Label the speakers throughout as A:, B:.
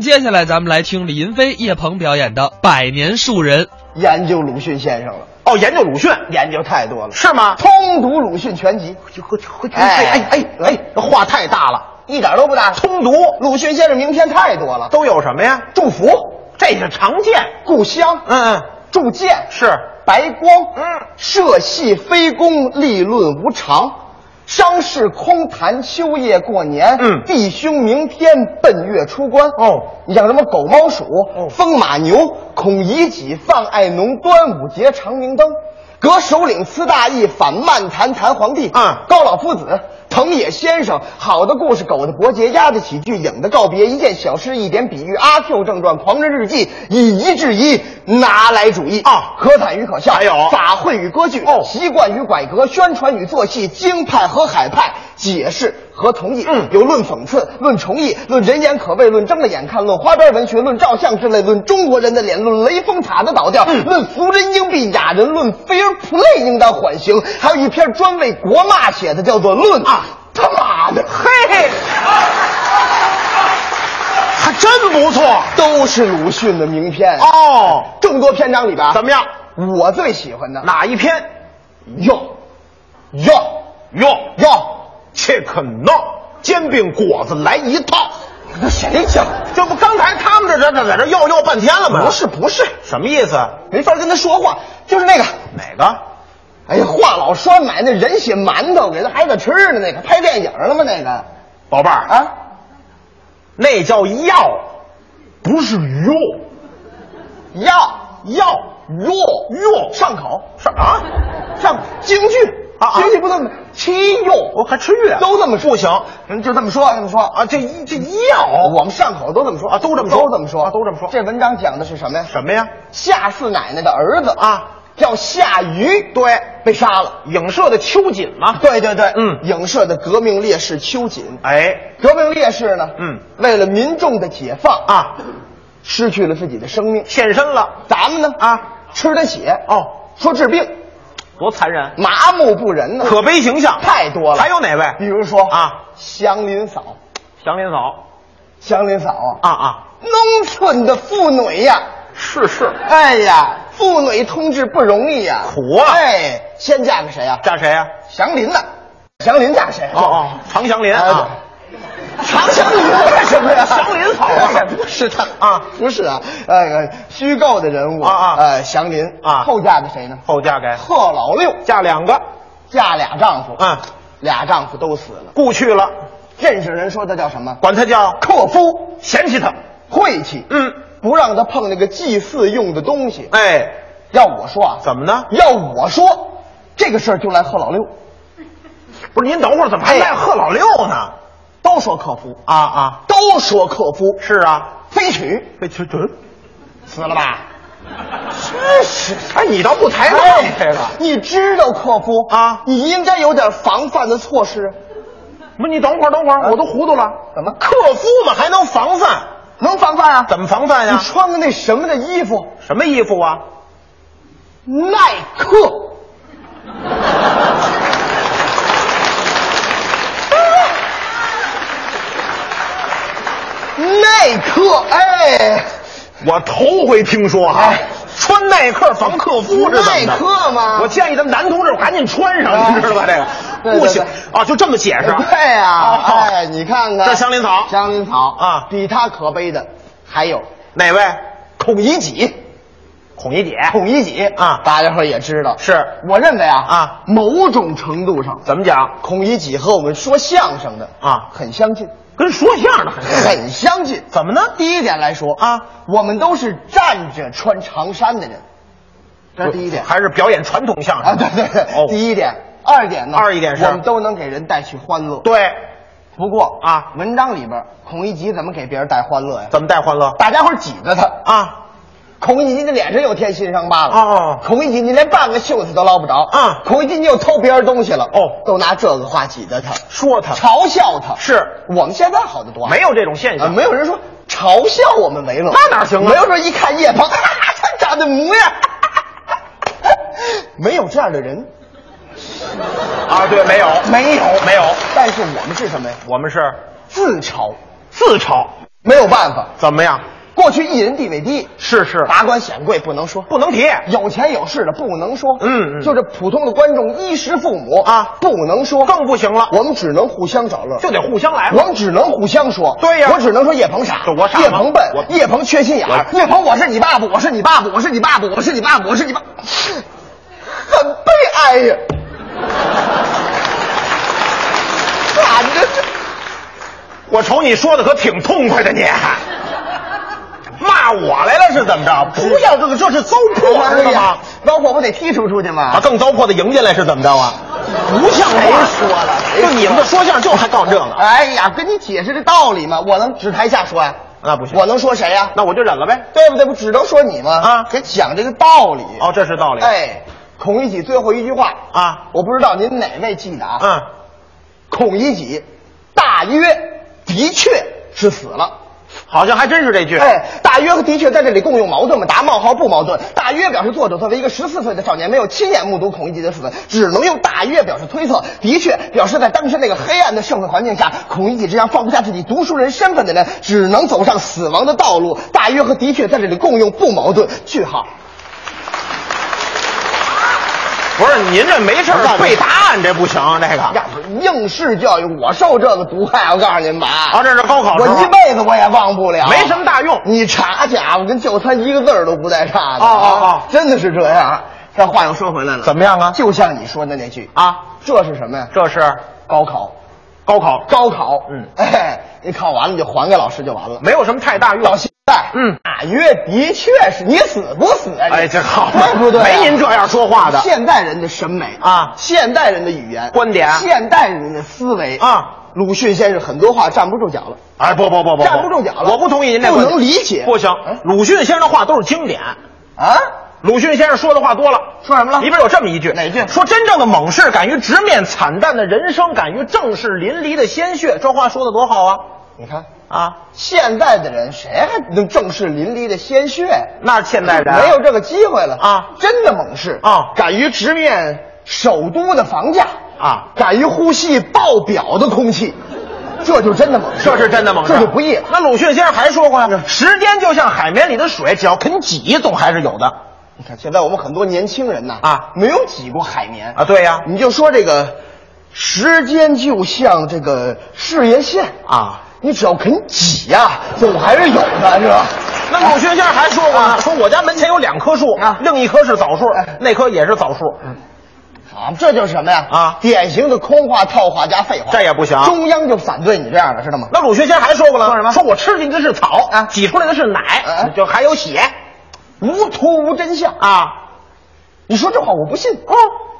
A: 接下来咱们来听李云飞、叶鹏表演的《百年树人》。
B: 研究鲁迅先生了，
C: 哦，研究鲁迅
B: 研究太多了，
C: 是吗？
B: 通读鲁迅全集，
C: 哎哎哎哎，这话太大了，
B: 一点都不大。
C: 通读
B: 鲁迅先生名篇太多了，
C: 都有什么呀？
B: 祝福、
C: 这是常见。
B: 故乡、
C: 嗯嗯，
B: 铸剑、
C: 是
B: 白光，
C: 嗯
B: 社戏非公，立论无常，商事空谈，秋夜过年，
C: 嗯
B: 弟兄明天奔月出关。
C: 哦，
B: 你像什么狗猫鼠、
C: 哦
B: 风马牛、孔乙己、范爱农、端午节、长明灯。革首领司大义，反漫谈谈皇帝。
C: 嗯
B: 高老夫子、藤野先生，好的故事，狗的伯爵，鸭的喜剧，影的告别，一件小事，一点比喻，《阿 Q 正传》《狂人日记》，以一制一，拿来主义
C: 啊
B: 可惨与可笑，
C: 还有
B: 法会与歌剧，
C: 哦
B: 习惯与改革，宣传与做戏，京派和海派，解释和同意，
C: 嗯
B: 有论讽刺，论重译，论人言可畏，论睁着眼看，论花边文学，论照相之类，论中国人的脸，论雷峰塔的倒掉，
C: 嗯
B: 论俗人应避雅人，论 fair play 应当缓刑，还有一篇专为国骂写的，叫做《论》
C: 啊
B: 他妈的，嘿，
C: 嘿，还真不错
B: 都是鲁迅的名篇。
C: 哦。
B: 众多篇章里边啊，
C: 怎么样？
B: 我最喜欢的
C: 哪一篇？
B: 哟哟
C: 哟，
B: 哟。
C: 切克闹煎饼果子来一套。
B: 那谁讲？
C: 这不刚才他们这这这在这又又半天了吗？
B: 不是不是，
C: 什么意思？
B: 没法跟他说话，就是那个，
C: 哪个？
B: 哎呀，话痨拴买那人血馒头给他孩子吃的那个，拍电影了吗？那个
C: 宝贝儿，
B: 啊，
C: 那叫药，不是药，
B: 药
C: 药药药
B: 上口
C: 上啊！
B: 上京剧
C: 啊啊
B: 京剧不这么吃
C: 我啊
B: 药，
C: 还吃药，
B: 都这么说
C: 不行
B: 嗯就这么说这么说
C: 啊！
B: 啊。
C: 这一这药
B: 我们上口都这么说
C: 啊都这么说
B: 都这么说
C: 啊都这么说
B: 这文章讲的是什么呀？
C: 什么呀？
B: 夏四奶奶的儿子
C: 啊，
B: 叫夏禹，
C: 对
B: 被杀了。
C: 影射的秋瑾嘛。
B: 对对对，
C: 嗯
B: 影射的革命烈士秋瑾，
C: 哎，
B: 革命烈士呢，
C: 嗯，
B: 为了民众的解放
C: 啊，
B: 失去了自己的生命。
C: 现身了，
B: 咱们呢，
C: 啊，
B: 吃他血
C: 哦，
B: 说治病
C: 多残忍，
B: 麻木不仁呢，
C: 可悲形象
B: 太多了。
C: 还有哪位
B: 比如说
C: 啊，
B: 祥林嫂，
C: 祥林嫂
B: 祥林嫂啊，
C: 啊啊，
B: 农村的妇女呀，
C: 是是，
B: 哎呀，妇女同志不容易呀，
C: 苦啊
B: 哎，先嫁给谁呀？
C: 嫁谁呀？啊
B: 祥林呐，祥林嫁谁？啊
C: 哦哦，常祥林
B: 哎
C: 啊，
B: 常祥林干什么呀？
C: 祥林嫂啊
B: 哎不是他
C: 啊
B: 不是啊，呃，虚构的人物
C: 啊啊
B: 呃，祥林
C: 啊
B: 后嫁给谁呢？
C: 后嫁给
B: 贺老六
C: 嫁两个，
B: 嫁俩丈夫，
C: 嗯，
B: 俩丈夫都死了。
C: 故去了，
B: 认识人说他叫什么？
C: 管他叫
B: 克夫，
C: 嫌弃他，
B: 晦气，
C: 嗯，
B: 不让他碰那个祭祀用的东西。
C: 哎，
B: 要我说啊，
C: 怎么呢？
B: 要我说，这个事儿就赖贺老六。
C: 不是您等会儿怎么
B: 哎
C: 还赖贺老六呢？
B: 都说克夫，
C: 啊啊，
B: 都说克夫
C: 是啊，
B: 非娶
C: 被这这，
B: 死了吧？真是。
C: 哎，你倒不抬头
B: 哎，
C: 这个，
B: 你知道克夫
C: 啊
B: 你应该有点防范的措施。
C: 不是你等会儿等会儿，
B: 啊
C: 我都糊涂了，
B: 怎么
C: 克夫嘛还能防范？
B: 能防范啊？
C: 怎么防范
B: 你
C: 呀？
B: 穿的那什么的衣服，
C: 什么衣服啊？
B: 耐 克。耐克，哎，
C: 我头回听说啊
B: 哎，
C: 穿耐克防克夫，这怎么的
B: 耐克吗
C: 我建议咱们男同志赶紧穿
B: 啊
C: 上，你知道吧？这
B: 对
C: 个
B: 对
C: 不行
B: 对
C: 啊，就这么解释。
B: 对呀、
C: 啊好
B: 哎，你看看
C: 这祥林嫂
B: 祥林草
C: 啊
B: 比他可悲的还有
C: 哪位？
B: 孔乙己，
C: 孔乙己。
B: 孔乙己
C: 啊
B: 大家伙也知道，
C: 是
B: 我认为啊
C: 啊
B: 某种程度上，
C: 怎么讲？
B: 孔乙己和我们说相声的
C: 啊
B: 很相近，
C: 跟说相声的很像
B: 很相近。
C: 怎么呢？
B: 第一点来说
C: 啊，
B: 我们都是站着穿长衫的人，这是第一点
C: 还是表演传统相声
B: 啊，对对对，
C: 哦，
B: 第一点。二点呢？
C: 二一点是
B: 我们都能给人带去欢乐。，
C: 对，
B: 不过
C: 啊
B: 文章里边孔乙己怎么给别人带欢乐呀？
C: 怎么带欢乐
B: 大家伙挤着他，
C: 啊？
B: 孔乙己的脸上又添新伤疤了。
C: 哦
B: 孔乙己你连半个袖子都捞不着。
C: 啊
B: 孔乙己你又偷别人东西了。
C: 哦
B: 都拿这个话挤得他，
C: 说他
B: 嘲笑他。
C: 是
B: 我们现在好得多，
C: 没有这种现
B: 呃
C: 象，
B: 没有人说嘲笑我们为乐，
C: 那哪行啊
B: 没有说一看叶鹏，他长那模样， 没有这样的人，
C: 啊？对，没有，
B: 没有
C: 没有，
B: 但是我们是什么呀？
C: 我们是
B: 自嘲，
C: 自嘲，
B: 没有办法，
C: 怎么样？
B: 过去艺人地位低，
C: 是是，
B: 达官显贵不能说，
C: 不能提。
B: 有钱有势的不能说，
C: 嗯嗯
B: 就这普通的观众衣食父母
C: 啊
B: 不能说，
C: 更不行了
B: 我们只能互相找乐，
C: 就得互相来
B: 我们只能互相说，
C: 对呀
B: 我只能说叶鹏傻，
C: 对我傻吗
B: 叶鹏笨
C: 我，
B: 叶鹏缺心眼儿，
C: 我
B: 叶鹏我是你爸爸，我是你爸爸，我是你爸爸，我是你爸爸，我是你爸，很悲哀 呀，惨着 这，
C: 我瞅你说的可挺痛快的你，骂我来了是怎么着？
B: 啊
C: 不要这个，这是糟粕，知道吗？
B: 老火不得踢出出去吗
C: 把？更糟粕的迎进来是怎么着啊？不像
B: 谁
C: 话，
B: 说了谁
C: 就你们
B: 说
C: 这说相声就还搞这个，
B: 哎呀，跟你解释这道理嘛，我能指台下说呀、
C: 那不行
B: 我能说谁呀、
C: 那我就忍了呗。
B: 对不对？不只能说你吗？
C: 啊
B: 给讲这个道理。
C: 哦，这是道理。
B: 哎，孔乙己最后一句话
C: 啊
B: 我不知道您哪位记得啊？
C: 嗯，
B: 孔乙己大约的确是死了。
C: 好像还真是这 句。
B: 哎，大约和的确在这里共用矛盾嘛，打冒号不矛盾。大约表示作者作为一个十四岁的少年，没有亲眼目睹孔乙己的死，只能用大约表示推测。的确，表示在当时那个黑暗的社会环境下，孔乙己这样放不下自己读书人身份的人，只能走上死亡的道路。大约和的确在这里共用不矛盾。句号。
C: 不是您这没事儿背答案这不行，这个
B: 呀，不是应试教育，我受这个毒害，我告诉您吧。
C: 啊这是高考时
B: 我
C: 候
B: 一辈子我也忘不了，
C: 没什么大用
B: 你查家伙，跟就他一个字儿都不带差的。
C: 哦哦哦哎
B: 真的是这样。但话又说回来了，
C: 怎么样啊
B: 就像你说的那句，
C: 啊，
B: 这是什么呀？
C: 这是
B: 高考，
C: 高考，
B: 高考。
C: 嗯
B: 哎，你考完了你就还给老师就完了。
C: 没有什么太大用。
B: 到现在，
C: 嗯
B: 大约的确是你死不死啊？你
C: 哎，这好，
B: 对不对啊？
C: 没您这样说话的。
B: 现代人的审美
C: 啊
B: 现代人的语言
C: 观点
B: 现代人的思维
C: 啊，
B: 鲁迅先生很多话站不住脚了，
C: 哎，不不不不，
B: 站不住脚了
C: 我不同意您这
B: 不
C: 观点
B: 能理解
C: 不行
B: 嗯，
C: 鲁迅先生的话都是经典。
B: 啊，
C: 鲁迅先生说的话多了，
B: 说什么了
C: 里边有这么一句，
B: 啊哪句
C: 说真正的猛士敢于直面惨淡的人生，敢于正视淋漓的鲜血。这话说的多好啊！
B: 你看
C: 啊，
B: 现在的人谁还能正视淋漓的鲜血？
C: 那是现代人
B: 没有这个机会了
C: 啊
B: 真的猛士
C: 啊
B: 敢于直面首都的房价
C: 啊，
B: 敢于呼吸爆表的空气，这就真的猛士，
C: 这是真的猛士，
B: 这就不易了。
C: 那鲁迅先生还说过呀，时间就像海绵里的水，只要肯挤，总还是有的。
B: 你看，现在我们很多年轻人呐
C: 啊
B: 没有挤过海绵
C: 啊对呀
B: 你就说这个，时间就像这个事业线
C: 啊，
B: 你只要肯挤呀、总还是有的，是吧？
C: 那鲁迅先生还说过呢，
B: 啊
C: 说我家门前有两棵树
B: 啊
C: 另一棵是枣树
B: 哎，
C: 那棵也是枣树。
B: 啊，这就是什么呀？
C: 啊
B: 典型的空话、套话加废话，
C: 这也不行
B: 中央就反对你这样的，知道吗？
C: 那鲁迅先生还说过了，
B: 说什么
C: 说我吃进去的是草
B: 啊
C: 挤出来的是
B: 啊
C: 奶，就还有血
B: 无图无真相！
C: 啊。
B: 你说这话我不信。哦，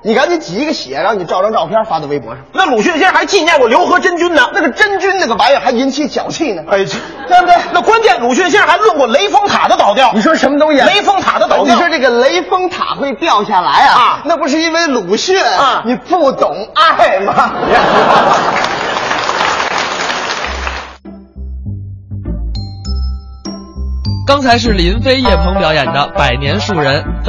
B: 你赶紧挤一个血，然后你照张照片发到微博上。
C: 那鲁迅先生还纪念过刘和真君呢。
B: 那个真菌那个玩意儿还引起脚气呢，
C: 哎，这
B: 对不对？
C: 那关键鲁迅先生还论过雷峰塔的倒掉。
B: 你说什么东西啊？
C: 雷峰塔的倒掉
B: 你说这个雷峰塔会掉下来啊？
C: 啊
B: 那不是因为鲁迅
C: 啊
B: 你不懂爱 吗？
A: 刚才是林飞、叶鹏表演的《百年树人》，咱。